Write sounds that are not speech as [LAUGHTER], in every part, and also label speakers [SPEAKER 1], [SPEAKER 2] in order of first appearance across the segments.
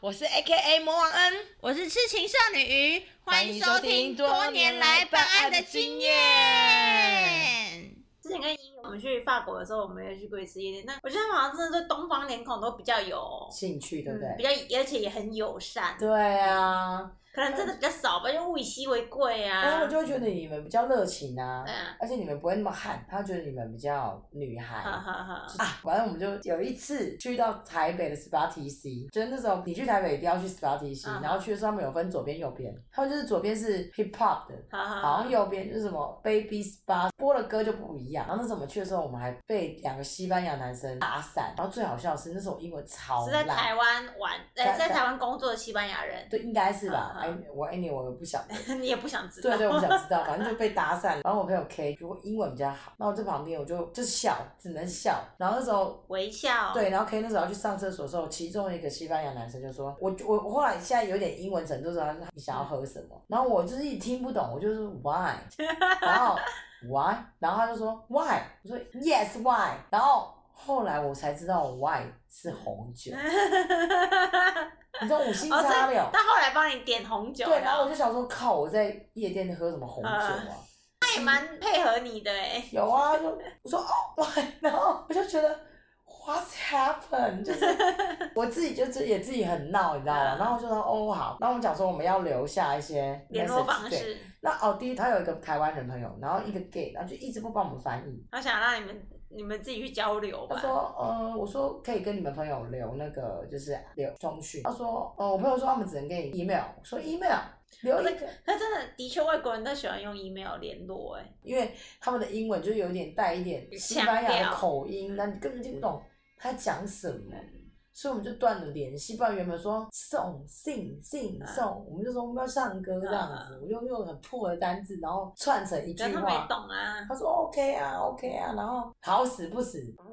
[SPEAKER 1] 我是 A K A 魔王恩，
[SPEAKER 2] 我是痴情少女鱼，欢迎收听
[SPEAKER 1] 多
[SPEAKER 2] 多
[SPEAKER 1] 年
[SPEAKER 2] 年
[SPEAKER 1] 来
[SPEAKER 2] 来
[SPEAKER 1] 办
[SPEAKER 2] 办
[SPEAKER 1] 案
[SPEAKER 2] 案
[SPEAKER 1] 的
[SPEAKER 2] 的
[SPEAKER 1] 经
[SPEAKER 2] 经
[SPEAKER 1] 验
[SPEAKER 2] 验。
[SPEAKER 3] 之前跟英我们去法国的时候，我们也去过一次夜店。那我觉得他们好像真的对东方脸孔都比较有，
[SPEAKER 1] 兴趣对不对？
[SPEAKER 3] 嗯比较而且也很友善，
[SPEAKER 1] 对啊，
[SPEAKER 3] 可能真的比较少吧，就物以稀为贵
[SPEAKER 1] 然后
[SPEAKER 3] 啊
[SPEAKER 1] 我。就会觉得你们比较热情啊
[SPEAKER 3] 对，啊，
[SPEAKER 1] 而且你们不会那么悍，他觉得你们比较女孩。
[SPEAKER 3] 哈哈哈。
[SPEAKER 1] 啊，反正我们就有一次去到台北的 SPATC，就是那时候你去台北一定要去 SPATC，、
[SPEAKER 3] 嗯
[SPEAKER 1] 然后去的时候他们有分左边右边，他们就是左边是 hip hop 的，
[SPEAKER 3] 哈哈，
[SPEAKER 1] 好像右边就是什么 Baby Spa，播的歌就不一样。然后那时候我们去的时候，我们还被两个西班牙男生打散。然后最好笑的是，那时候我英文超
[SPEAKER 3] 是在
[SPEAKER 1] 烂
[SPEAKER 3] 台，湾玩，
[SPEAKER 1] 在
[SPEAKER 3] 哎，在
[SPEAKER 1] 在
[SPEAKER 3] 台湾工作的西班牙人，
[SPEAKER 1] 对，应该是吧？
[SPEAKER 3] 嗯
[SPEAKER 1] 哎
[SPEAKER 3] 嗯，
[SPEAKER 1] 我 anyway 我不晓得。
[SPEAKER 3] 你也不想知道。
[SPEAKER 1] 对对，我不想知道，反正就被搭讪。然后我朋友 K，如果英文比较好，那我在旁边我就就笑，只能笑。然后那时候
[SPEAKER 3] 微笑。
[SPEAKER 1] 对，然后 K 那时候要去上厕所的时候，其中一个西班牙男生就说：“我我我后来现在有点英文程度，知道你想要喝什么。”然后我就是一直听不懂，我就是 Why，然
[SPEAKER 3] [LAUGHS]
[SPEAKER 1] 后 Why，然后他就说 Why，我说 Yes Why，然后后来我才知道 Why 是红酒，你知道五星
[SPEAKER 3] 哦，所
[SPEAKER 1] 扎
[SPEAKER 3] 以
[SPEAKER 1] 了。
[SPEAKER 3] 他后来帮你点红酒，
[SPEAKER 1] 对，然后我就想说，靠，我在夜店喝什么红酒啊？
[SPEAKER 3] 他也蛮配合你的哎。
[SPEAKER 1] 有啊，就我说哦，why？然后我就觉得 what's happened，就是 [LAUGHS] 我自己就是也自己很闹，你知道吗？
[SPEAKER 3] 嗯
[SPEAKER 1] 然后我就说哦好，然后我们讲说我们要留下一些
[SPEAKER 3] 联络
[SPEAKER 1] message，
[SPEAKER 3] 方
[SPEAKER 1] 对。
[SPEAKER 3] 式，
[SPEAKER 1] 那哦，第一他有一个台湾人朋友，然后一个 gay，然后就一直不帮我们翻译。
[SPEAKER 3] 他想让你们你们自己去交流
[SPEAKER 1] 他
[SPEAKER 3] 吧。
[SPEAKER 1] 说，呃，我说可以跟你们朋友留那个就是留通讯。他说，呃，我朋友说他们只能给你 email，我说 email 留一个，
[SPEAKER 3] 他真的的确外国人都喜欢用 email 联络哎。
[SPEAKER 1] 因为他们的英文就是有点带一点西班牙的口音，那你根本听不懂他讲什么，
[SPEAKER 3] 嗯
[SPEAKER 1] 所以我们就断了联系。不然原本说送信信
[SPEAKER 3] 嗯
[SPEAKER 1] 送，我们就说我们要唱歌这样子，我就用很破的单字，然后串成一句
[SPEAKER 3] 但他没
[SPEAKER 1] 话。
[SPEAKER 3] 懂啊，
[SPEAKER 1] 他说 OK 啊，OK 啊，然后好死不死
[SPEAKER 3] 哦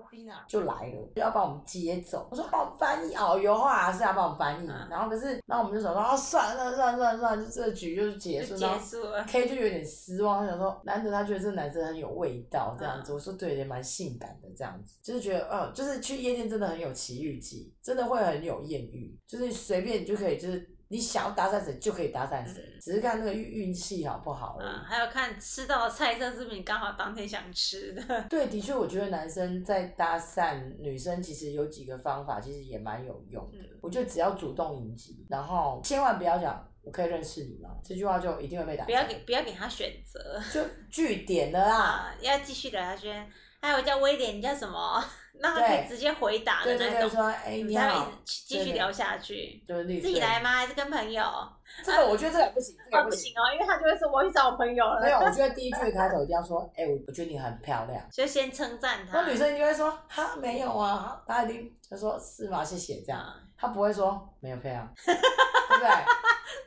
[SPEAKER 1] 就来了，就要把我们接走。我说帮我们翻译哦，有话是要帮我们翻译。
[SPEAKER 3] 嗯
[SPEAKER 1] 然后可是，然后我们就想说啊，算了算了算了算了，就这局就是结
[SPEAKER 3] 就
[SPEAKER 1] 束，然后
[SPEAKER 3] 结束了。
[SPEAKER 1] K 就有点失望，他想说，难得他觉得这个男生很有味道这样
[SPEAKER 3] 嗯
[SPEAKER 1] 子。我说对，也蛮性感的这样子，就是觉得，嗯，就是去夜店真的很有奇遇记，真的会很有艳遇，就是随便你就可以，就是你想要搭讪谁就可以搭讪谁，只是看那个运运气好不好而
[SPEAKER 3] 嗯
[SPEAKER 1] 已。
[SPEAKER 3] 嗯，还有看吃到的菜色是不是你刚好当天想吃的？
[SPEAKER 1] 啊
[SPEAKER 3] [LAUGHS]
[SPEAKER 1] 对，的确，我觉得男生在搭讪女生，其实有几个方法，其实也蛮有用的。
[SPEAKER 3] 嗯
[SPEAKER 1] 我觉得只要主动迎击，然后千万不要讲“我可以认识你吗”这句话，就一定会被打枪。
[SPEAKER 3] 不要给不要给他选择
[SPEAKER 1] 就据点了啦。
[SPEAKER 3] 啊，要继续给他选。哎，我叫威廉，你叫什么？ [LAUGHS] 让他可
[SPEAKER 1] 对
[SPEAKER 3] 以直接回答的
[SPEAKER 1] 对对
[SPEAKER 3] 那
[SPEAKER 1] 对，
[SPEAKER 3] 种，
[SPEAKER 1] 说哎、
[SPEAKER 3] 你
[SPEAKER 1] 你
[SPEAKER 3] 才
[SPEAKER 1] 好
[SPEAKER 3] 会，一直继
[SPEAKER 1] 对
[SPEAKER 3] 续
[SPEAKER 1] 对
[SPEAKER 3] 聊下去。
[SPEAKER 1] 就是你
[SPEAKER 3] 自己来？吗？还是跟朋友？啊，
[SPEAKER 1] 对这个我觉得这个不行，这个
[SPEAKER 3] 不
[SPEAKER 1] 不行。
[SPEAKER 3] 行哦，因为他就会说我去找我朋友
[SPEAKER 1] 没有，
[SPEAKER 3] 了，
[SPEAKER 1] 我觉得第一句开头一定要说，哎、我我觉得你很漂
[SPEAKER 3] [LAUGHS]
[SPEAKER 1] 亮。
[SPEAKER 3] 就先称赞他。
[SPEAKER 1] 那女生就会说哈没有啊，她一定就说是吗？谢谢这样，
[SPEAKER 3] 啊，
[SPEAKER 1] 她不会说没有
[SPEAKER 3] [LAUGHS]
[SPEAKER 1] 漂亮，对不对？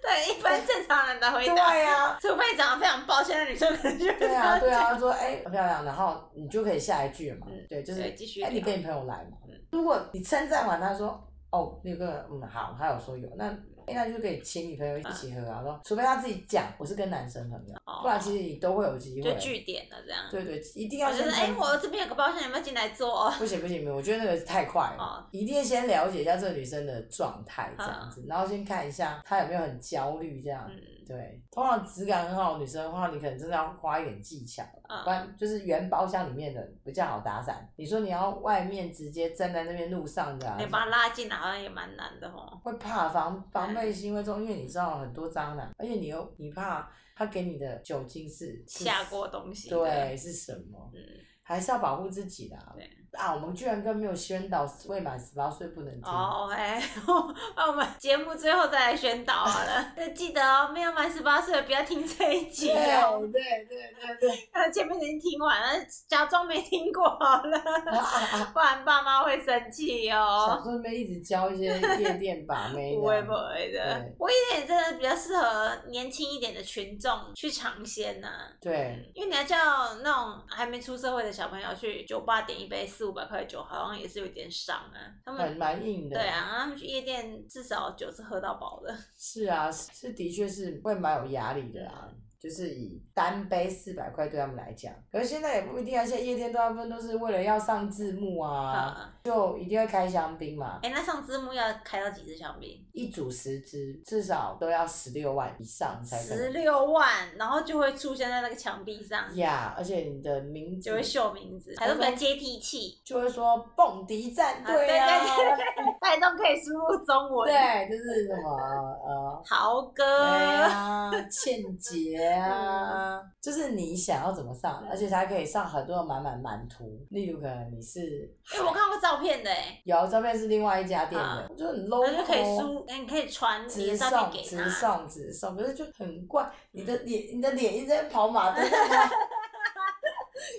[SPEAKER 3] 对，一般正常人的回答，[LAUGHS]
[SPEAKER 1] 对呀、
[SPEAKER 3] 除非长得非常抱歉的女生，可能就会
[SPEAKER 1] 对
[SPEAKER 3] 这
[SPEAKER 1] 啊，
[SPEAKER 3] 样
[SPEAKER 1] 对啊，她说哎、很漂亮，然后你就可以下一句了嘛，
[SPEAKER 3] 嗯
[SPEAKER 1] 对，就是
[SPEAKER 3] 对，继续
[SPEAKER 1] 哎、
[SPEAKER 3] 聊。
[SPEAKER 1] 你跟你朋友来嘛？
[SPEAKER 3] 嗯
[SPEAKER 1] 如果你称赞完，他说哦，那个嗯好，他有说有，那哎、那就可以请你朋友一起
[SPEAKER 3] 嗯
[SPEAKER 1] 喝啊。说除非他自己讲，我是跟男生朋友，
[SPEAKER 3] 哦
[SPEAKER 1] 不然其实你都会有机会
[SPEAKER 3] 就。据点了这样。
[SPEAKER 1] 对对，一定要
[SPEAKER 3] 我就
[SPEAKER 1] 先
[SPEAKER 3] 是哎、
[SPEAKER 1] 称
[SPEAKER 3] 我这边有个包厢，你要不要进来坐？
[SPEAKER 1] 不行不行不行，我觉得那个太快了，
[SPEAKER 3] 哦
[SPEAKER 1] 一定要先了解一下这个女生的状态这样子，然后先看一下她有没有很焦虑这样。
[SPEAKER 3] 嗯，
[SPEAKER 1] 对，通常质感很好的女生的话，你可能真的要花一点技巧了，
[SPEAKER 3] 嗯
[SPEAKER 1] 不然就是原包厢里面的比较好打散。你说你要外面直接站在那边路上的、啊，
[SPEAKER 3] 你把他拉进来好像也蛮难的哦。
[SPEAKER 1] 会怕防防
[SPEAKER 3] 嗯
[SPEAKER 1] 备心会重，因为你知道很多渣男，而且你又你怕他给你的酒精是是
[SPEAKER 3] 下过东西。
[SPEAKER 1] 对是什么，
[SPEAKER 3] 嗯，
[SPEAKER 1] 还是要保护自己的啊
[SPEAKER 3] 对。
[SPEAKER 1] 啊，我们居然更没有宣导未满十八岁不能听。
[SPEAKER 3] 哦，哎、 [LAUGHS] 那我们节目最后再来宣导好
[SPEAKER 1] [LAUGHS]
[SPEAKER 3] 了。那记得哦，没有满十八岁的不要听这一集
[SPEAKER 1] 对
[SPEAKER 3] 哦。
[SPEAKER 1] 对对对对， [LAUGHS]
[SPEAKER 3] 那前面已经听完了，假装没听过好
[SPEAKER 1] 啊
[SPEAKER 3] 了， [LAUGHS]
[SPEAKER 1] 啊啊！
[SPEAKER 3] 不然爸妈会生气
[SPEAKER 1] 小
[SPEAKER 3] 哦。
[SPEAKER 1] 时候妹一直教一些夜店把妹
[SPEAKER 3] [LAUGHS] 不会不
[SPEAKER 1] 的，啊
[SPEAKER 3] 会
[SPEAKER 1] 对
[SPEAKER 3] 的，我一点真的比较适合年轻一点的群众去尝鲜呐、
[SPEAKER 1] 对，
[SPEAKER 3] 因为你要叫那种还没出社会的小朋友去酒吧点一杯四五百块的酒，好像也是有点伤啊。他
[SPEAKER 1] 很
[SPEAKER 3] 们
[SPEAKER 1] 蛮硬的。
[SPEAKER 3] 对，啊，他们去夜店至少酒是喝到饱的。
[SPEAKER 1] 是啊，是的确是会蛮有压力的啊。就是以单杯四百块对他们来讲，可是现在也不一定啊，现在夜店大部分都是为了要上字幕啊，
[SPEAKER 3] 啊，
[SPEAKER 1] 就一定会开香槟嘛，
[SPEAKER 3] 哎、那上字幕要开到几支香槟？
[SPEAKER 1] 一组十支，至少都要十六万以上才可
[SPEAKER 3] 十
[SPEAKER 1] 能。
[SPEAKER 3] 六万，然后就会出现在那个墙壁上，
[SPEAKER 1] 呀而且你的名字
[SPEAKER 3] 就会秀名字，还有那个接地气，
[SPEAKER 1] 就会说蹦迪战队
[SPEAKER 3] 啊
[SPEAKER 1] 啊，
[SPEAKER 3] 带动可以输入中文。，
[SPEAKER 1] [LAUGHS] 对，就是什么呃，
[SPEAKER 3] 豪
[SPEAKER 1] 对
[SPEAKER 3] 哥，
[SPEAKER 1] 啊，倩姐啊，
[SPEAKER 3] 嗯
[SPEAKER 1] [LAUGHS] 就是你想要怎么上，而且它可以上很多满满满图，例如可能你是
[SPEAKER 3] 哎、我看过照片的、哎，
[SPEAKER 1] 有照片是另外一家店
[SPEAKER 3] 啊
[SPEAKER 1] 的，就很
[SPEAKER 3] 然后就可以
[SPEAKER 1] low。
[SPEAKER 3] 输，哎、你可以传你
[SPEAKER 1] 直
[SPEAKER 3] 的照片
[SPEAKER 1] 送
[SPEAKER 3] 给
[SPEAKER 1] 直
[SPEAKER 3] 他。
[SPEAKER 1] 送直送，可是就很怪，你的脸你的脸一直在跑
[SPEAKER 3] [LAUGHS]
[SPEAKER 1] 马灯，什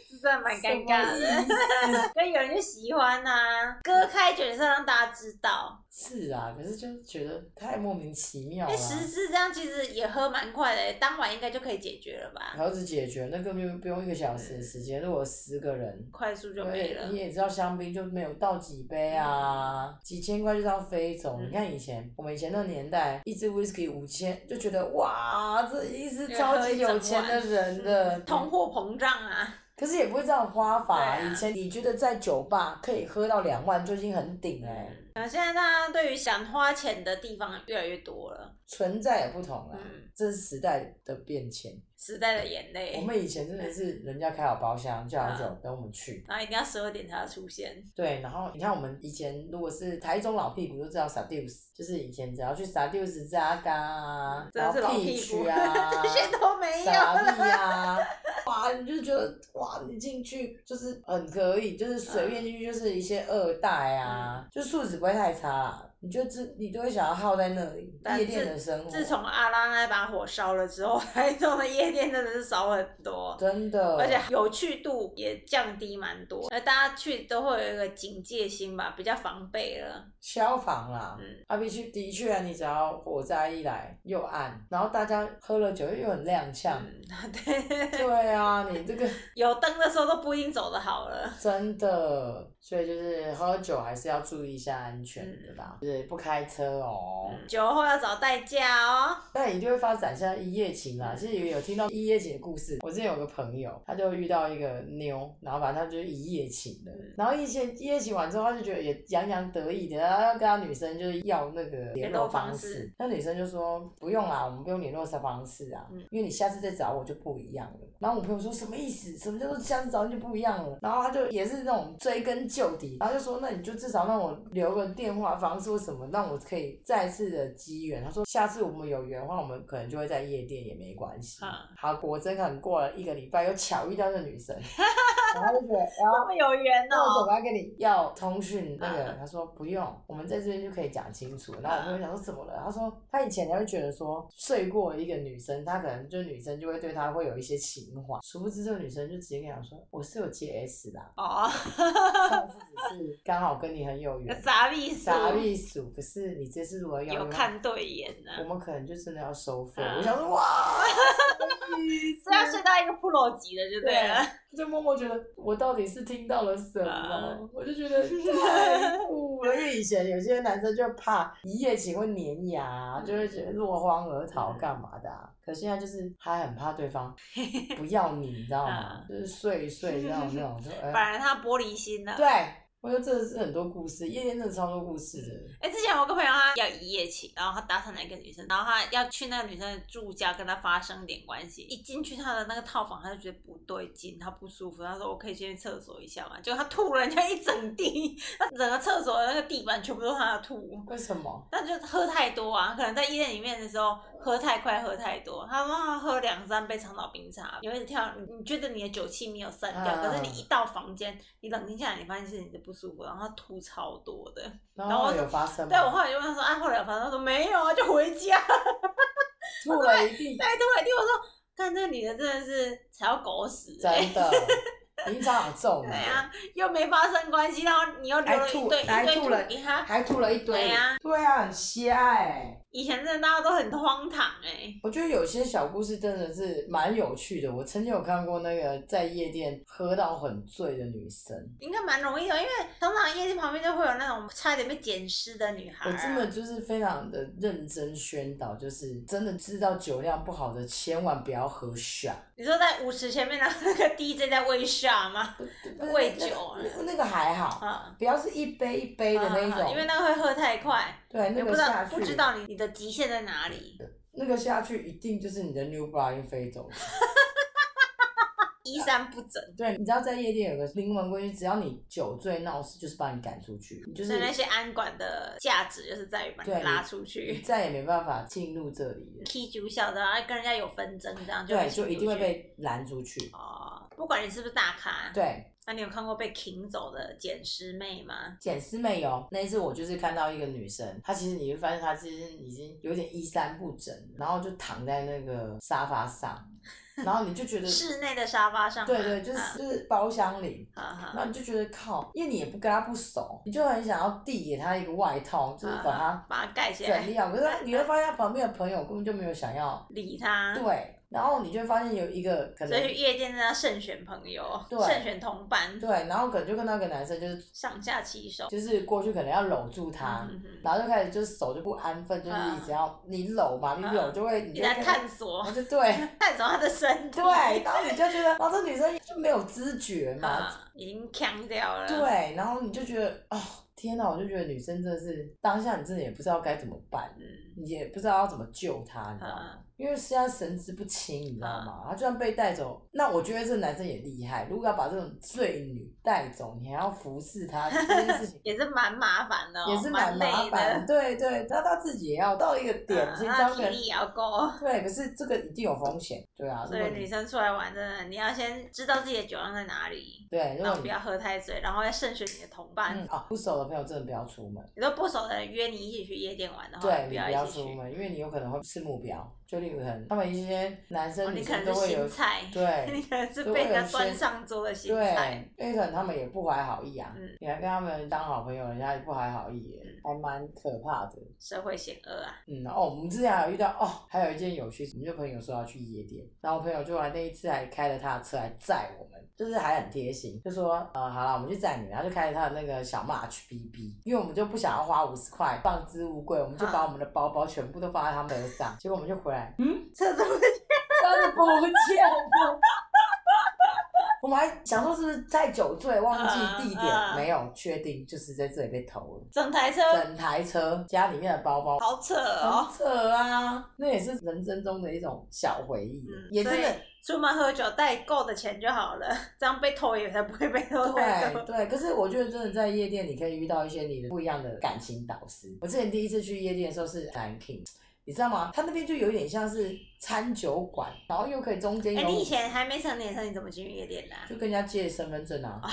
[SPEAKER 3] 是真的蛮尴尬
[SPEAKER 1] 么
[SPEAKER 3] 的，
[SPEAKER 1] 意思？ [LAUGHS]
[SPEAKER 3] 但有人就喜欢呐、割开卷色让大家知道，
[SPEAKER 1] 是啊，可是就觉得太莫名其
[SPEAKER 3] 因
[SPEAKER 1] 妙了啊
[SPEAKER 3] 为。十支这样其实也喝蛮快的、当晚应该就可以解决了吧？
[SPEAKER 1] 盒子解决那根本就不用一个小时的时间，如果十个人，
[SPEAKER 3] 快速就没
[SPEAKER 1] 对，
[SPEAKER 3] 了
[SPEAKER 1] 你。也知道香槟就没有倒几杯啊，几千块就这样飞走。
[SPEAKER 3] 嗯
[SPEAKER 1] 你看以前我们以前那个年代，一支 whisky 五千，就觉得哇，这一定是超级有钱的
[SPEAKER 3] 嗯
[SPEAKER 1] 人的。嗯
[SPEAKER 3] 通货膨胀啊，
[SPEAKER 1] 可是也不会这样花法、
[SPEAKER 3] 对啊
[SPEAKER 1] 以前你觉得在酒吧可以喝到两万就已经很顶了，
[SPEAKER 3] 嗯，啊，现在大家对于想花钱的地方越来越多了，
[SPEAKER 1] 存在也不同了、
[SPEAKER 3] 嗯
[SPEAKER 1] 这是时代的变迁。
[SPEAKER 3] 时代的眼
[SPEAKER 1] 我
[SPEAKER 3] 泪，
[SPEAKER 1] 们以前真的是人家开好包厢叫
[SPEAKER 3] 啊
[SPEAKER 1] 好酒等我们去，
[SPEAKER 3] 然后一定要十二点才要出现，
[SPEAKER 1] 对，然后你看我们以前如果是台中老屁股就知道 Sadius，就是以前只要去 Sadius 扎嘎啊，
[SPEAKER 3] 真的是
[SPEAKER 1] 然
[SPEAKER 3] 老
[SPEAKER 1] 后
[SPEAKER 3] 屁股，
[SPEAKER 1] 区啊
[SPEAKER 3] [LAUGHS] ，这些都没有
[SPEAKER 1] 傻
[SPEAKER 3] 了。
[SPEAKER 1] 逼啊，哇，你就觉得哇，你进去就是很可以，就是随
[SPEAKER 3] 嗯
[SPEAKER 1] 便进去就是一些二代啊，就素质不会太差啦，你就自你就会想要耗在那里
[SPEAKER 3] 但
[SPEAKER 1] 夜店的生活，
[SPEAKER 3] 自从阿拉那把火烧了之后， [LAUGHS] 台中的夜店真的是少很多。
[SPEAKER 1] 真的，
[SPEAKER 3] 而且有趣度也降低蛮多，那大家去都会有一个警戒心吧，比较防备了。
[SPEAKER 1] 消防啦，
[SPEAKER 3] 嗯
[SPEAKER 1] 阿 B 区的确啊，你只要火灾一来又暗，然后大家喝了酒又很踉跄，
[SPEAKER 3] 嗯， [LAUGHS] 对，
[SPEAKER 1] [LAUGHS] 对啊，你这个
[SPEAKER 3] 有灯的时候都不一定走得好了。
[SPEAKER 1] 真的，所以就是喝酒还是要注意一下安全的啦，就是不开车哦。
[SPEAKER 3] 嗯酒后要找代驾哦。
[SPEAKER 1] 但一定会发展一下一夜情啦。其实也有听到一夜情的故事，我之前有个朋友，他就遇到一个妞，然后反正他就是一夜情的
[SPEAKER 3] 嗯，
[SPEAKER 1] 然后一夜一夜情完之后，他就觉得也洋洋得意的，然后要跟他女生就是要那个联络方
[SPEAKER 3] 联络方
[SPEAKER 1] 式，那女生就说不用啦，我们不用联络方式啊
[SPEAKER 3] 嗯，
[SPEAKER 1] 因为你下次再找我就不一样了。然后我朋友说什么意思？什么叫做下次找你就不一样了？然后他就也是那种追根究底，然后就说那你就至少让我留个电话方式或什么，让我可以再次的机缘。他说下次我们有缘的话，我们可能就会在夜店也没关系。
[SPEAKER 3] 啊
[SPEAKER 1] 好，果真可能过了一个礼拜，又巧遇到那女生， [LAUGHS] 然后就觉得，哦然后
[SPEAKER 3] 这么有缘
[SPEAKER 1] 那我
[SPEAKER 3] 哦、
[SPEAKER 1] 总要跟你要通讯那个人，
[SPEAKER 3] 嗯
[SPEAKER 1] 他说不用，我们在这边就可以讲清楚。然后我朋友想说怎么了？他说他以前还会觉得说睡过一个女生，他可能就女生就会对他会有一些情怀，殊不知这个女生就直接跟他说我是有 JS 啦，
[SPEAKER 3] 哦，
[SPEAKER 1] 啊
[SPEAKER 3] [LAUGHS]
[SPEAKER 1] 上次只是刚好跟你很有缘，
[SPEAKER 3] 啥意思？
[SPEAKER 1] 啥意思？可是你这次如果要
[SPEAKER 3] 有
[SPEAKER 1] 用
[SPEAKER 3] 看对眼啊呢、
[SPEAKER 1] 我们可能就真的要收费。
[SPEAKER 3] 嗯
[SPEAKER 1] 我想说哇，
[SPEAKER 3] 是啊要睡到一个 pro 级的就对了。
[SPEAKER 1] 就默默觉得我到底是听到了什么，
[SPEAKER 3] 啊
[SPEAKER 1] 我就觉 [LAUGHS] 得太酷了。因为以前有些男生就怕一夜情会粘牙，
[SPEAKER 3] 嗯
[SPEAKER 1] 就会觉得落荒而逃干嘛的、啊。可现在就是他很怕对 [LAUGHS] 方不要你，你知道吗？就是睡一睡这样那种，就 [LAUGHS] 哎、
[SPEAKER 3] 反而他玻璃心了。
[SPEAKER 1] 对。我觉得这是很多故事，夜店真的超多故事的。
[SPEAKER 3] 哎、之前我有个朋友他要一夜情，然后他搭讪了一个女生，然后他要去那个女生的住家跟她发生点关系。一进去他的那个套房，他就觉得不对劲，他不舒服，他说我可以先去厕所一下嘛。结果他吐了人家一整地，他整个厕所的那个地板全部都是他的吐。
[SPEAKER 1] 为什么？
[SPEAKER 3] 那就喝太多啊，可能在夜店里面的时候喝太快，喝太多，他说他喝两三杯长岛冰茶，你会跳，你你觉得你的酒气没有散掉，
[SPEAKER 1] 嗯
[SPEAKER 3] 可是你一到房间，你冷静下来，你发现是你的不舒服，然后他吐超多的。
[SPEAKER 1] 然
[SPEAKER 3] 后
[SPEAKER 1] 后有发生吗？
[SPEAKER 3] 对我后来就问他说，啊，后来有发生，他说没有啊，就回家。 [LAUGHS]
[SPEAKER 1] 吐了一地， [LAUGHS]
[SPEAKER 3] 哎，对，对，我说，看这个女的真的是踩到狗屎、欸，
[SPEAKER 1] 真的。林长老揍你
[SPEAKER 3] 对，啊，又没发生关系，然后你又留了
[SPEAKER 1] 还吐
[SPEAKER 3] 一堆
[SPEAKER 1] 还
[SPEAKER 3] 一堆
[SPEAKER 1] 吐
[SPEAKER 3] 土
[SPEAKER 1] 了
[SPEAKER 3] 给他。
[SPEAKER 1] 还吐了一堆。
[SPEAKER 3] 对啊
[SPEAKER 1] 对啊，很瞎哎、
[SPEAKER 3] 以前真的大家都很荒唐哎、
[SPEAKER 1] 我觉得有些小故事真的是蛮有趣的。我曾经有看过那个在夜店喝到很醉的女生，
[SPEAKER 3] 应该蛮容易的，因为通常夜店旁边就会有那种差一点被捡尸的女孩、
[SPEAKER 1] 我
[SPEAKER 3] 啊。
[SPEAKER 1] 真的就是非常的认真宣导，就是真的知道酒量不好的千万不要喝 shot。
[SPEAKER 3] 你说在舞池前面的那个 DJ 在喂下吗？喂酒啊
[SPEAKER 1] 那个那个还好，
[SPEAKER 3] 啊，
[SPEAKER 1] 不要是一杯一杯的那一
[SPEAKER 3] 啊
[SPEAKER 1] 种，
[SPEAKER 3] 因为那个会喝太快，
[SPEAKER 1] 对
[SPEAKER 3] 也
[SPEAKER 1] 那
[SPEAKER 3] 不
[SPEAKER 1] 个
[SPEAKER 3] 知
[SPEAKER 1] 下
[SPEAKER 3] 道
[SPEAKER 1] 去
[SPEAKER 3] 不知道你你的极限在哪里。
[SPEAKER 1] 那个下去一定就是你的 new bra 已经飞走了。
[SPEAKER 3] 衣衫不整，
[SPEAKER 1] 对，你知道在夜店有个明文规矩，只要你酒醉闹事，就是把你赶出去，你就是
[SPEAKER 3] 所以那些安管的价值就是在于把你
[SPEAKER 1] 对
[SPEAKER 3] 拉出
[SPEAKER 1] 你
[SPEAKER 3] 去。
[SPEAKER 1] 再也没办法进入这里了。
[SPEAKER 3] 踢足校的，然后跟人家有纷争，这样就
[SPEAKER 1] 对，
[SPEAKER 3] 被踢
[SPEAKER 1] 就一定会
[SPEAKER 3] 出去
[SPEAKER 1] 被拦出去。
[SPEAKER 3] 哦。不管你是不是大咖，
[SPEAKER 1] 对，
[SPEAKER 3] 那你有看过被擒走的捡尸妹吗？
[SPEAKER 1] 捡尸妹有那一次，我就是看到一个女生，她其实你会发现她其实已经有点衣衫不整，然后就躺在那个沙
[SPEAKER 3] [LAUGHS]
[SPEAKER 1] 发上，然后你就觉得，
[SPEAKER 3] 室内的沙发上吗，
[SPEAKER 1] 对对，就是、
[SPEAKER 3] 嗯
[SPEAKER 1] 就是包厢里。
[SPEAKER 3] 啊，好
[SPEAKER 1] 然后你就觉得靠，因为你也不跟她不熟，你就很想要递给她一个外套，就是把她
[SPEAKER 3] 把它盖起来
[SPEAKER 1] 整，理好。可
[SPEAKER 3] [LAUGHS]
[SPEAKER 1] 是她你会发现，她旁边的朋友根本就没有想要
[SPEAKER 3] 理他。
[SPEAKER 1] 对，然后你就会发现有一个可
[SPEAKER 3] 嗯所
[SPEAKER 1] 能
[SPEAKER 3] 以去夜店跟他慎选朋友，
[SPEAKER 1] 对
[SPEAKER 3] 慎选同伴，
[SPEAKER 1] 对，然后可能就看到一个男生，就是
[SPEAKER 3] 上下其手。
[SPEAKER 1] 就是过去可能要搂住他，
[SPEAKER 3] 嗯哼
[SPEAKER 1] 然后就开始就是手就不安分，就是
[SPEAKER 3] 嗯
[SPEAKER 1] 一直要你搂嘛，你搂
[SPEAKER 3] 嗯
[SPEAKER 1] 就会、
[SPEAKER 3] 哼
[SPEAKER 1] 你
[SPEAKER 3] 你
[SPEAKER 1] 就会
[SPEAKER 3] 在
[SPEAKER 1] 看到
[SPEAKER 3] 探，索
[SPEAKER 1] 然后，就对
[SPEAKER 3] [LAUGHS] 探索他的身体，
[SPEAKER 1] 对，然后你就觉得，然后这女生就没有知觉嘛，
[SPEAKER 3] 啊，已经呛掉了。，
[SPEAKER 1] 对，然后你就觉得哦。天呐，我就觉得女生真的是当下，你真的也不知道该怎么办，
[SPEAKER 3] 嗯，
[SPEAKER 1] 你也不知道要怎么救她，你知道吗？因为现在神志不清，你知道
[SPEAKER 3] 嗯
[SPEAKER 1] 吗？他就算被带走，那我觉得这男生也厉害。如果要把这种醉女带走，你还要服侍她，这件事情
[SPEAKER 3] 也是蛮麻烦的哦，
[SPEAKER 1] 也是
[SPEAKER 3] 蛮
[SPEAKER 1] 蛮麻
[SPEAKER 3] 累
[SPEAKER 1] 烦。
[SPEAKER 3] 的。
[SPEAKER 1] 对对，那他自己也要到一个点，先
[SPEAKER 3] 啊
[SPEAKER 1] 交
[SPEAKER 3] 体
[SPEAKER 1] 给
[SPEAKER 3] 力也要够，
[SPEAKER 1] [LAUGHS] 对。可是这个一定有风险，对啊。
[SPEAKER 3] 所
[SPEAKER 1] 如
[SPEAKER 3] 以
[SPEAKER 1] 果
[SPEAKER 3] 女
[SPEAKER 1] 你
[SPEAKER 3] 生出来玩，真的你要先知道自己的酒量在哪里，
[SPEAKER 1] 对，
[SPEAKER 3] 然
[SPEAKER 1] 如果
[SPEAKER 3] 后不
[SPEAKER 1] 你
[SPEAKER 3] 要喝太醉，然后要慎选你的同伴
[SPEAKER 1] 嗯。啊不熟的朋友真的不要出门，
[SPEAKER 3] 你都不熟的人约你一起去夜店玩的话，
[SPEAKER 1] 对
[SPEAKER 3] 哦不
[SPEAKER 1] 你
[SPEAKER 3] 要
[SPEAKER 1] 不
[SPEAKER 3] 一
[SPEAKER 1] 要
[SPEAKER 3] 起去哦
[SPEAKER 1] 出。门，因为你有可能会是目标。就例如可能他们一些男
[SPEAKER 3] 哦
[SPEAKER 1] 生
[SPEAKER 3] 你
[SPEAKER 1] 女
[SPEAKER 3] 可
[SPEAKER 1] 生
[SPEAKER 3] 能
[SPEAKER 1] 都
[SPEAKER 3] 是
[SPEAKER 1] 会有
[SPEAKER 3] 新菜， [LAUGHS] 你
[SPEAKER 1] 对。
[SPEAKER 3] 可能是
[SPEAKER 1] 都
[SPEAKER 3] 被
[SPEAKER 1] 会有
[SPEAKER 3] 人家端
[SPEAKER 1] 些
[SPEAKER 3] 上桌的新菜。
[SPEAKER 1] 对，因为可能他们也不怀好意啊，
[SPEAKER 3] 嗯
[SPEAKER 1] 你还跟他们当好朋友，人家也不怀好意耶，还蛮可怕的。
[SPEAKER 3] 社会险恶啊，
[SPEAKER 1] 嗯，哦，我们之前还有遇到哦，还有一件有趣事，我们就朋友说要去夜店，然后我朋友就来那一次还开了他的车来载我们，就是还很贴心，就说呃好了，我们去载你，然后就开着他的那个小 March BB，因为我们就不想要花五十块放置物柜，我们就把我们的包包全部都放在他们车上，结果我们就回来，嗯，
[SPEAKER 3] 这怎么
[SPEAKER 1] 车子不见了。我们还想说是不是太酒醉忘记地点，
[SPEAKER 3] 嗯嗯
[SPEAKER 1] 没有确定，就是在这里被偷了，
[SPEAKER 3] 整台车
[SPEAKER 1] 整台车加里面的包包
[SPEAKER 3] 好扯
[SPEAKER 1] 好
[SPEAKER 3] 哦？
[SPEAKER 1] 扯啊！那也是人生中的一种小回忆，
[SPEAKER 3] 嗯
[SPEAKER 1] 也真的
[SPEAKER 3] 出门喝酒带够的钱就好了，这样被偷也才不会被偷太
[SPEAKER 1] 对
[SPEAKER 3] 多。
[SPEAKER 1] 对。可是我觉得真的在夜店，你可以遇到一些你的不一样的感情导师。我之前第一次去夜店的时候是南 King，你知道吗？他那边就有点像是餐酒馆，然后又可以中间
[SPEAKER 3] 哎、
[SPEAKER 1] 有
[SPEAKER 3] 你以前还没成年的时候，你怎么进夜店的啊、
[SPEAKER 1] 就跟人家借身份证
[SPEAKER 3] 哦
[SPEAKER 1] 啊，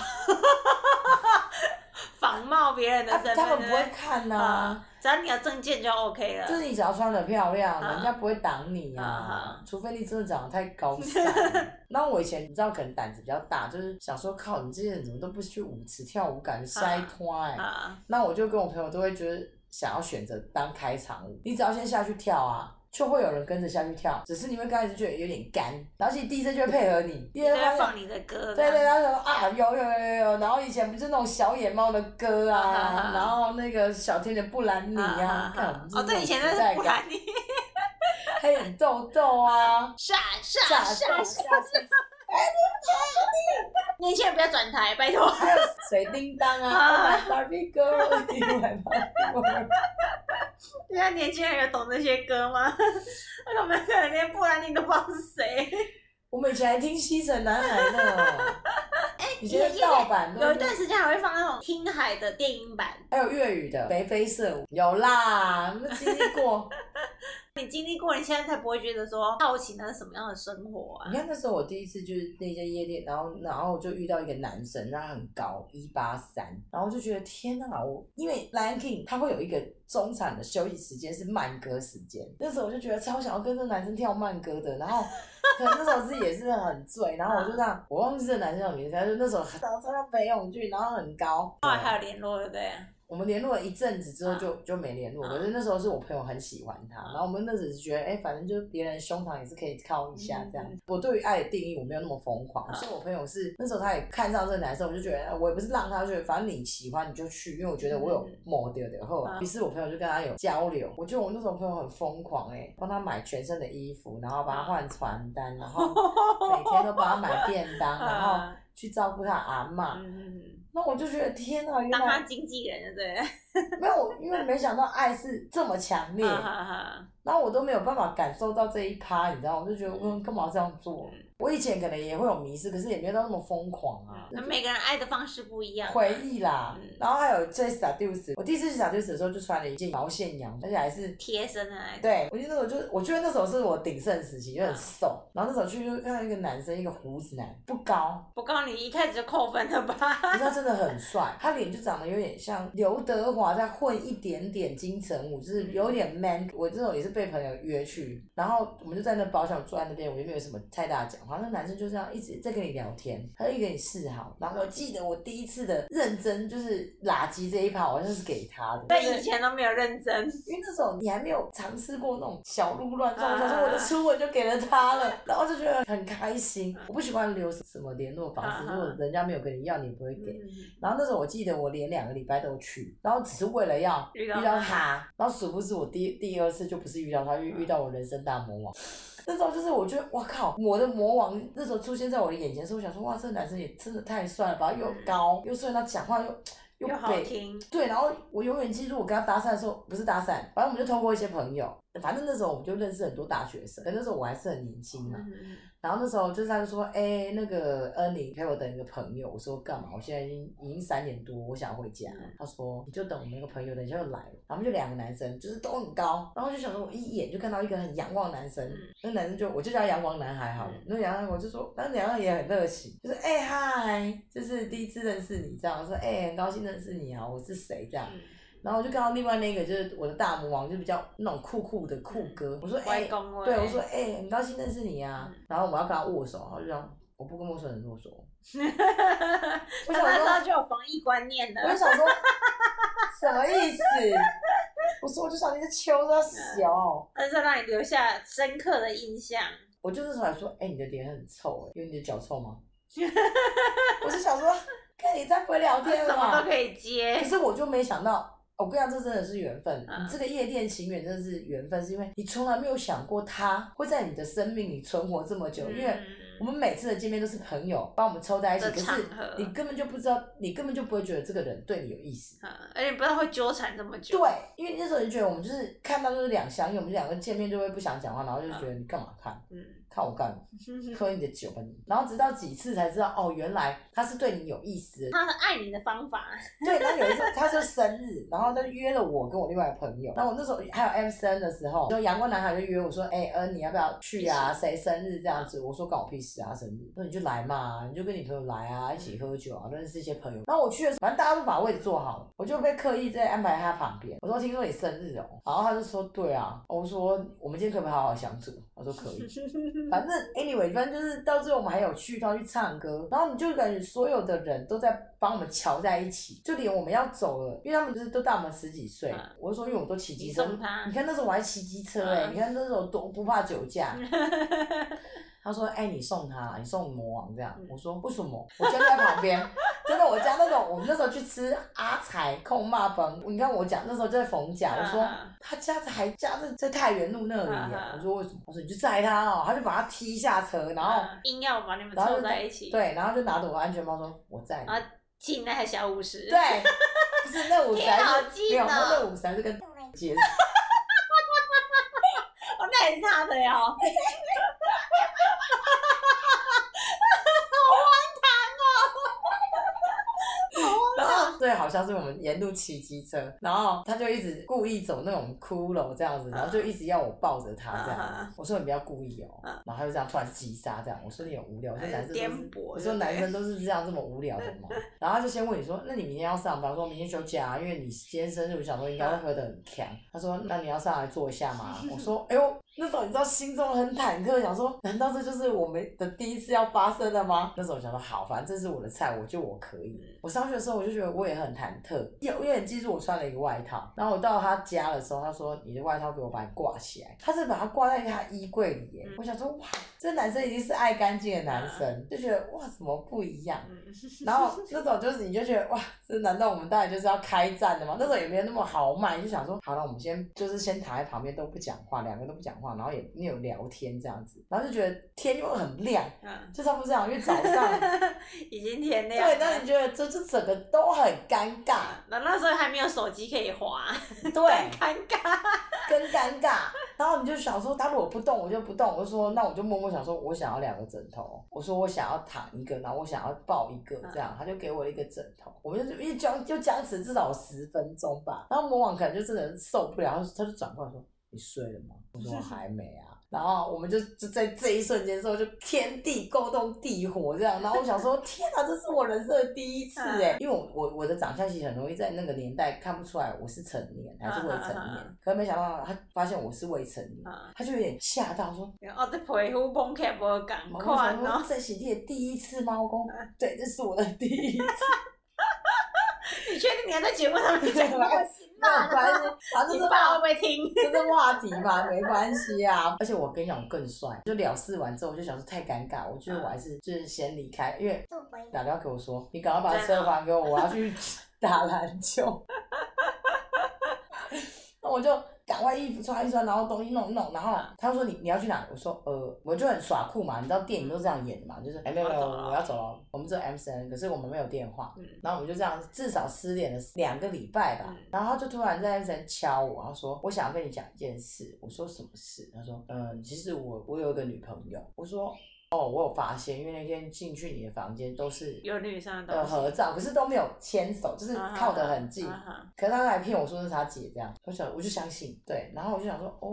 [SPEAKER 3] [LAUGHS] 仿冒别人的
[SPEAKER 1] 啊
[SPEAKER 3] 身份、
[SPEAKER 1] 他们不会
[SPEAKER 3] 对对
[SPEAKER 1] 看呐、
[SPEAKER 3] 啊，只要你有证件就 OK 了。
[SPEAKER 1] 就是你只要穿的漂亮，
[SPEAKER 3] 啊
[SPEAKER 1] 人家不会挡你
[SPEAKER 3] 啊
[SPEAKER 1] 啊，除非你真的长得太高尚。
[SPEAKER 3] [LAUGHS]
[SPEAKER 1] 那我以前你知道，可能胆子比较大，就是想说，靠，你这些人怎么都不去舞池跳舞，感觉塞拖哎。 [LAUGHS]
[SPEAKER 3] 啊，
[SPEAKER 1] 那我就跟我朋友都会觉得想要选择当开场舞，你只要先下去跳啊。就会有人跟着下去跳，只是你会刚开始觉得有点干，然后其实 DJ 就会配合你，
[SPEAKER 3] 你就
[SPEAKER 1] DJ
[SPEAKER 3] 会
[SPEAKER 1] 发
[SPEAKER 3] 放
[SPEAKER 1] 现，
[SPEAKER 3] 你的歌。
[SPEAKER 1] 对对，
[SPEAKER 3] 啊
[SPEAKER 1] 他就说啊有有有有有，然后以前不是那种小野猫的歌啊，
[SPEAKER 3] 啊啊啊
[SPEAKER 1] 然后那个小甜甜布兰妮啊，看我们
[SPEAKER 3] 哦，对，以前
[SPEAKER 1] 那
[SPEAKER 3] 那
[SPEAKER 1] 种时
[SPEAKER 3] 是
[SPEAKER 1] 代感
[SPEAKER 3] 布兰
[SPEAKER 1] [LAUGHS]
[SPEAKER 3] 妮，
[SPEAKER 1] 黑眼豆豆啊，
[SPEAKER 3] 傻 [LAUGHS]
[SPEAKER 1] 炸 [LAUGHS]
[SPEAKER 3] 傻
[SPEAKER 1] ，Oh 炸
[SPEAKER 3] 傻
[SPEAKER 1] 炸
[SPEAKER 3] 傻，
[SPEAKER 1] 炸，
[SPEAKER 3] 年轻人不要转台，拜托。
[SPEAKER 1] 还有水叮当啊，Oh my Barbie girl，你买吧。
[SPEAKER 3] 现在年轻人有懂这些歌吗？ [LAUGHS] 那个每个人连布兰妮都不知道是谁。
[SPEAKER 1] [LAUGHS] [LAUGHS] 我们以前还听西城男孩
[SPEAKER 3] [LAUGHS]
[SPEAKER 1] 呢，以前的
[SPEAKER 3] 哎也
[SPEAKER 1] 盗版
[SPEAKER 3] 有
[SPEAKER 1] 都
[SPEAKER 3] 一段
[SPEAKER 1] 是
[SPEAKER 3] 时间还会放那种听海的电影版，
[SPEAKER 1] 还有粤语的眉飞色舞，有啦，有没有经历过？
[SPEAKER 3] 你经历过，你现在才不会觉得说好奇那是什么样的生活啊
[SPEAKER 1] 你？看那时候我第一次就是那间夜店，然后然后我就遇到一个男生，他很高，一八三，然后我就觉得天哪、我因为 Lion King 他会有一个中场的休息时间是慢歌时间，那时候我就觉得超想要跟这个男生跳慢歌的，然后可能那时候自己也是很醉，然后我就这样，我忘记这个男生的名字，他就那时候很长，穿到北泳去，然后很高，
[SPEAKER 3] 后来还有联络，对不 [LAUGHS] 对？
[SPEAKER 1] 我们联络了一阵子之后就、就没联络，
[SPEAKER 3] 嗯
[SPEAKER 1] 可是那时候是我朋友很喜欢他，
[SPEAKER 3] 嗯
[SPEAKER 1] 然后我们那时候只是觉得，哎、反正就是别人胸膛也是可以靠一下这样。
[SPEAKER 3] 嗯
[SPEAKER 1] 我对于爱的定义我没有那么疯狂，
[SPEAKER 3] 嗯
[SPEAKER 1] 所以我朋友是那时候他也看上这个男生，我就觉得哎我也不是让他去，反正你喜欢你就去，因为我觉得我有
[SPEAKER 3] 嗯
[SPEAKER 1] model 的后，
[SPEAKER 3] 嗯
[SPEAKER 1] 于是我朋友就跟他有交流。我觉得我那时候朋友很疯狂哎、帮他买全身的衣服，然后帮他换床单，然后每天都帮他买便
[SPEAKER 3] [LAUGHS]
[SPEAKER 1] 当，然后
[SPEAKER 3] 嗯
[SPEAKER 1] 去照顾他阿妈。
[SPEAKER 3] 嗯，
[SPEAKER 1] 那我就觉得天啊哪，原
[SPEAKER 3] 当他
[SPEAKER 1] 来。
[SPEAKER 3] 经纪人，对不对？
[SPEAKER 1] [LAUGHS] 没有，因为没想到爱是这么强
[SPEAKER 3] [LAUGHS]
[SPEAKER 1] 烈，
[SPEAKER 3] 啊哈哈哈
[SPEAKER 1] 然后我都没有办法感受到这一趴，你知道吗，我就觉得
[SPEAKER 3] 嗯
[SPEAKER 1] 我干嘛这样做？我以前可能也会有迷失，可是也没有到那么疯狂啊。
[SPEAKER 3] 那每个人爱的方式不一样。
[SPEAKER 1] 回忆啦
[SPEAKER 3] 嗯，
[SPEAKER 1] 然后还有最 seduce，我第一次去 seduce 的时候就穿了一件毛线羊，而且还是
[SPEAKER 3] 贴身的那一种，
[SPEAKER 1] 对，我觉得那时候就，我觉得那时候是我鼎盛时期，就
[SPEAKER 3] 啊
[SPEAKER 1] 很瘦。然后那时候去就看到一个男生，一个胡子男，不高，
[SPEAKER 3] 我告诉你，一开始就扣分了
[SPEAKER 1] 可 [LAUGHS]
[SPEAKER 3] [LAUGHS] 吧？
[SPEAKER 1] 是他真的很帅，他脸就长得有点像刘德华，再混一点点金城武，就是有
[SPEAKER 3] 嗯
[SPEAKER 1] 点 man。我这种也是被朋友约去，然后我们就在那包厢坐在那边，我也没有什么太大的讲话。那男生就这样一直在跟你聊天，他就跟你示好。然后我记得我第一次的认真就是垃圾这一趴，好像是给他的。
[SPEAKER 3] 对，以前都没有认真，
[SPEAKER 1] 因为那时候你还没有尝试过那种小鹿乱撞，
[SPEAKER 3] 啊
[SPEAKER 1] 我想说我的初吻就给了他了，然后就觉得很开心。我不喜欢留什么联络方式，
[SPEAKER 3] 啊
[SPEAKER 1] 如果人家没有跟你要，你也不会给。
[SPEAKER 3] 嗯，
[SPEAKER 1] 然后那时候我记得我连两个礼拜都去，然后只是为了要
[SPEAKER 3] 遇
[SPEAKER 1] 遇
[SPEAKER 3] 到
[SPEAKER 1] 到
[SPEAKER 3] 他
[SPEAKER 1] 他，然后殊不知我第第二次就不是遇到他，遇遇到我人生大魔王。那时候就是我觉得，哇靠，我的魔王那时候出现在我的眼前的时候，我想说，哇，这个男生也真的太帅了吧，又高又帅，他讲话又
[SPEAKER 3] 嗯又
[SPEAKER 1] 又
[SPEAKER 3] 好
[SPEAKER 1] 北
[SPEAKER 3] 听，
[SPEAKER 1] 对，然后我永远记住我跟他搭讪的时候，不是搭讪，反正我们就通过一些朋友，反正那时候我们就认识很多大学生，可那时候我还是很年轻嘛。
[SPEAKER 3] 嗯
[SPEAKER 1] 然后那时候就是他就说，哎、那个恩妮陪我等一个朋友，我说干嘛？我现在已经已经三点多，我想回家。
[SPEAKER 3] 嗯
[SPEAKER 1] 他说你就等我们那个朋友，等一下就来了。然后我们就两个男生，就是都很高，然后我就想说，我一眼就看到一个很阳光的男生，
[SPEAKER 3] 嗯
[SPEAKER 1] 那男生就我就叫他阳光男孩好了，
[SPEAKER 3] 嗯
[SPEAKER 1] 那阳光我就说，那阳光也很热情，就是哎、嗨，就是第一次认识你这样，我说哎、很高兴认识你啊，我是谁这样。
[SPEAKER 3] 嗯，
[SPEAKER 1] 然后我就看到另外那个就是我的大魔王，就比较那种酷酷的酷哥。我说哎、
[SPEAKER 3] 外公啊味
[SPEAKER 1] 对
[SPEAKER 3] [LAUGHS]
[SPEAKER 1] 我说哎、很高兴认识你啊。
[SPEAKER 3] 嗯
[SPEAKER 1] 然后我要跟他握手，他就让我不跟陌生人
[SPEAKER 3] [LAUGHS]
[SPEAKER 1] 握手。
[SPEAKER 3] 他
[SPEAKER 1] 我想
[SPEAKER 3] 那时
[SPEAKER 1] 说，
[SPEAKER 3] 候就有防疫观念
[SPEAKER 1] 我就
[SPEAKER 3] 了，
[SPEAKER 1] 想说什么意思？我说我就想你是秋
[SPEAKER 3] 嗯
[SPEAKER 1] 在小，
[SPEAKER 3] 但是让你留下深刻的印象。
[SPEAKER 1] 我就那时候还说，哎、你的脸很臭、哎，有你的脚臭吗？我就想说，看你太不会聊天
[SPEAKER 3] 啊什
[SPEAKER 1] 了
[SPEAKER 3] 么
[SPEAKER 1] 吧
[SPEAKER 3] 都。可以接
[SPEAKER 1] 可，是我就没想到，我跟你讲，这真的是缘分。
[SPEAKER 3] 嗯
[SPEAKER 1] 你这个夜店情缘真的是缘分，是因为你从来没有想过他会在你的生命里存活这么久，因为。我
[SPEAKER 3] 嗯
[SPEAKER 1] 们每次的见面都是朋友帮我们凑在一起，
[SPEAKER 3] 的
[SPEAKER 1] 可是
[SPEAKER 3] 场合
[SPEAKER 1] 你根本就不知道，你根本就不会觉得这个人对你有意思。
[SPEAKER 3] 嗯而且不知道会纠缠这么久，
[SPEAKER 1] 对，因为那时候你觉得我们就是看到就是两相悦，我们两个见面就会不想讲话，然后就觉得你干嘛看，
[SPEAKER 3] 嗯， [LAUGHS]
[SPEAKER 1] 看我干嘛，喝你的酒吧你。然后直到几次才知道，哦，原来他是对你有意思的，
[SPEAKER 3] 他是爱你的方法， [LAUGHS]
[SPEAKER 1] [LAUGHS] 对，然后有一次他就生日，然后他就约了我跟我另外的朋友。然后我那时候还有 M 生的时候，就阳光男孩就约我说：“哎、恩，你要不要去啊？谁生日这样子？”我说：“关我屁事啊，生日。”那你就来嘛，你就跟你朋友来啊，一起喝酒啊，认识一些朋友。然后我去的时候，反正大家都把位置坐好了，我就被刻意在安排他旁边。我说：“听说你生日哦。”然后他就说：“对啊。”我说：“我们今天可不可以好好相处？”他说：“可以。”反正 anyway，反正就是到最后我们还有去到去唱歌，然后你就感觉所有的人都在帮我们瞧在一起，就连我们要走了，因为他们就是都大我们十几岁，
[SPEAKER 3] 嗯
[SPEAKER 1] 我就说因为我都骑机
[SPEAKER 3] 你
[SPEAKER 1] 车，
[SPEAKER 3] 送他
[SPEAKER 1] 你看那时候我还骑机车哎、
[SPEAKER 3] 嗯
[SPEAKER 1] 你看那时候多不怕酒驾。他说：“哎、你送他，你送魔王这样。
[SPEAKER 3] 嗯
[SPEAKER 1] 我说：“为什么？我家就在旁边， [LAUGHS] 真的，我家那种，我们那时候去吃阿财控骂崩，你看我讲那时候就在逢甲，我说
[SPEAKER 3] 嗯
[SPEAKER 1] 他家还家在在太原路那里
[SPEAKER 3] 嗯
[SPEAKER 1] 啊
[SPEAKER 3] 嗯，
[SPEAKER 1] 我说为什么？他说你就载他哦，他就把他踢下车，然后
[SPEAKER 3] 嗯硬要把你们
[SPEAKER 1] 然后
[SPEAKER 3] 凑
[SPEAKER 1] 就
[SPEAKER 3] 在一起，，
[SPEAKER 1] 对，然后就拿着我的安全帽说我载你
[SPEAKER 3] 啊，进那台小五十，哦
[SPEAKER 1] 对，不是那五十
[SPEAKER 3] [LAUGHS] 天好
[SPEAKER 1] 还是
[SPEAKER 3] 近
[SPEAKER 1] 没有，
[SPEAKER 3] 哦
[SPEAKER 1] 他那五十还是跟姐
[SPEAKER 3] 哦，那也是他的
[SPEAKER 1] [LAUGHS]
[SPEAKER 3] 呀。好荒唐哦！
[SPEAKER 1] 然后最好笑是我们沿路骑机车，然后他就一直故意走那种骷髅这样子，然后
[SPEAKER 3] 啊
[SPEAKER 1] 就一直要我抱着他这样
[SPEAKER 3] 嗯
[SPEAKER 1] 子。我说你不要故意哦
[SPEAKER 3] 嗯，
[SPEAKER 1] 然后他就这样突然击杀这样。我说你有无聊，我说
[SPEAKER 3] 哎
[SPEAKER 1] 男生都
[SPEAKER 3] 颠
[SPEAKER 1] 是
[SPEAKER 3] 簸
[SPEAKER 1] 我
[SPEAKER 3] 对
[SPEAKER 1] 说
[SPEAKER 3] 不
[SPEAKER 1] 男
[SPEAKER 3] 对
[SPEAKER 1] 生都是这样这么无聊的嘛。然后他就先问你说，那你明天要上班？我说明天休假、啊，因为你今天生日，我想说应该会喝得很强。他说那你要上来坐一下吗？我说哎呦，那时候你知道心中很忐忑，想说难道这就是我们的第一次要发生的吗？那时候我想说好，反正这是我的菜，我就我可以。我上学的时候我就觉得我也很忐忑，因为你记住我穿了一个外套，然后我到他家的时候，他说你的外套给我把你挂起来，他是把它挂在他衣柜里耶。
[SPEAKER 3] 嗯
[SPEAKER 1] 我想说哇，这男生一定是爱干净的男生，就觉得哇怎么不一样。
[SPEAKER 3] 嗯，
[SPEAKER 1] 然后那种就是你就觉得哇，这难道我们大概就是要开战的吗？那时候也没有那么豪迈，就想说好了，我们先就是先躺在旁边都不讲话，两个都不讲话，然后也没有聊天这样子，然后就觉得天又很亮，
[SPEAKER 3] 嗯， [LAUGHS]
[SPEAKER 1] 就差不多这样，因为早上
[SPEAKER 3] 已经天亮
[SPEAKER 1] 对，那
[SPEAKER 3] 了啊
[SPEAKER 1] 你。觉得这这整个都很尴尬，
[SPEAKER 3] 那那时候还没有手机可以滑，
[SPEAKER 1] 对
[SPEAKER 3] [LAUGHS] 很，尴尬。
[SPEAKER 1] 跟尴尬。然后你就想说，他如果不动，我就不动。我就说，那我就默默想说，我想要两个枕头。我说我想要躺一个，然后我想要抱一个，这样他就给我了一个枕头。我们就一僵就僵持至少十分钟吧。然后魔王可能就真的受不了，他就他就转过来说：“你睡了吗？”我说：“还没啊。”然后我们就就在这一瞬间之后，就天地勾动地火这样。然后我想说，天啊，这是我人生的第一次哎，因为我我我的长相其实很容易在那个年代看不出来我是成年还是未成
[SPEAKER 3] 嗯嗯嗯
[SPEAKER 1] 年
[SPEAKER 3] 嗯。
[SPEAKER 1] 可是没想到啊他发现我是未成年，
[SPEAKER 3] 嗯
[SPEAKER 1] 他就有点吓到说
[SPEAKER 3] 哦，这皮肤崩开无赶：“
[SPEAKER 1] 我想
[SPEAKER 3] 快嗯
[SPEAKER 1] 说
[SPEAKER 3] 哦，
[SPEAKER 1] 这是你的第一次吗？”我说：“ [LAUGHS] 对，这是我的第
[SPEAKER 3] [LAUGHS]
[SPEAKER 1] 一次。
[SPEAKER 3] 你确定你还在节目上面
[SPEAKER 1] [LAUGHS]
[SPEAKER 3] 讲
[SPEAKER 1] 没
[SPEAKER 3] 那
[SPEAKER 1] 关
[SPEAKER 3] 个辛”
[SPEAKER 1] 没有
[SPEAKER 3] 辣
[SPEAKER 1] 关系
[SPEAKER 3] 的吗？，
[SPEAKER 1] 反正
[SPEAKER 3] 你
[SPEAKER 1] 是
[SPEAKER 3] 爸会不会听？
[SPEAKER 1] 这是话题嘛，没关系啊。而且我跟你讲，我更帅。就了事完之后，我就想说太尴尬，我觉得
[SPEAKER 3] 嗯
[SPEAKER 1] 我还是就是先离开，因为打电话给我说，你赶快把车还给我，我要去
[SPEAKER 3] 啊
[SPEAKER 1] [LAUGHS] 打篮球。那我就赶快衣服穿一穿，然后东西弄一弄，然后
[SPEAKER 3] 啊
[SPEAKER 1] 他就说你你要去哪？我说呃，我就很耍酷嘛，你知道电影都这样演的嘛，就是哎、没有没有，
[SPEAKER 3] 我要走了
[SPEAKER 1] 我要走了，我们只有 M C N，可是我们没有电话，
[SPEAKER 3] 嗯
[SPEAKER 1] 然后我们就这样，至少失联了两个礼拜吧。
[SPEAKER 3] 嗯
[SPEAKER 1] 然后他就突然在那边敲我，然后说：“我想要跟你讲一件事。”我说：“什么事？”他说：“嗯，其实我我有一个女朋友。”我说：“哦，我有发现，因为那天进去你的房间都是
[SPEAKER 3] 有女生的
[SPEAKER 1] 呃
[SPEAKER 3] 东西，
[SPEAKER 1] 合照，可是都没有牵手，就是
[SPEAKER 3] 啊哈
[SPEAKER 1] 靠得很近。
[SPEAKER 3] 啊哈
[SPEAKER 1] 可是他还骗我说是他姐这样，我想我就相信，对，然后我就想说，哦，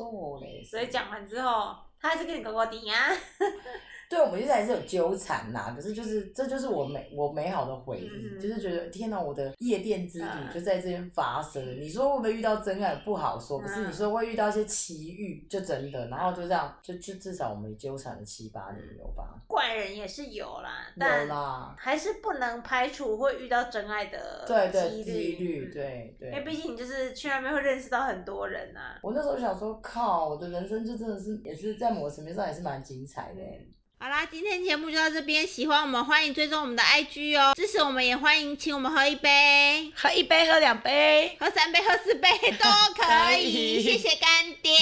[SPEAKER 1] 我嘞，
[SPEAKER 3] 所以讲完之后，他还是跟你勾勾搭啊。 [LAUGHS]
[SPEAKER 1] 对，我们现在还是有纠缠呐，可是就是这就是我美我美好的回忆，
[SPEAKER 3] 嗯
[SPEAKER 1] 就是觉得天哪，我的夜店之旅
[SPEAKER 3] 嗯
[SPEAKER 1] 就在这边发生了。你说会不会遇到真爱不好说，可是你
[SPEAKER 3] 嗯
[SPEAKER 1] 说会遇到一些奇遇，就真的，然后就这样，就就至少我们也纠缠了七八年有吧，
[SPEAKER 3] 怪人也是有啦，
[SPEAKER 1] 有
[SPEAKER 3] 但
[SPEAKER 1] 啦，
[SPEAKER 3] 还是不能排除会遇到真爱的
[SPEAKER 1] 对对，
[SPEAKER 3] 几
[SPEAKER 1] 几率，
[SPEAKER 3] 嗯
[SPEAKER 1] 对对。
[SPEAKER 3] 因为毕竟你就是去那边会认识到很多人啊呐、
[SPEAKER 1] 我那时候想说，靠，我的人生就真的是也是在某个层面上也是蛮精彩的
[SPEAKER 3] 嗯
[SPEAKER 1] 欸、
[SPEAKER 2] 好啦，今天节目就到这边，喜欢我们欢迎追踪我们的 IG 哦，支持我们也欢迎请我们喝一杯、
[SPEAKER 3] 喝一杯，喝两杯，
[SPEAKER 2] 喝三杯、喝四杯都可
[SPEAKER 4] 可
[SPEAKER 2] 以，
[SPEAKER 1] [LAUGHS]
[SPEAKER 4] 以
[SPEAKER 2] 谢谢干爹。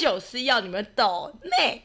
[SPEAKER 4] 就是要你们懂内。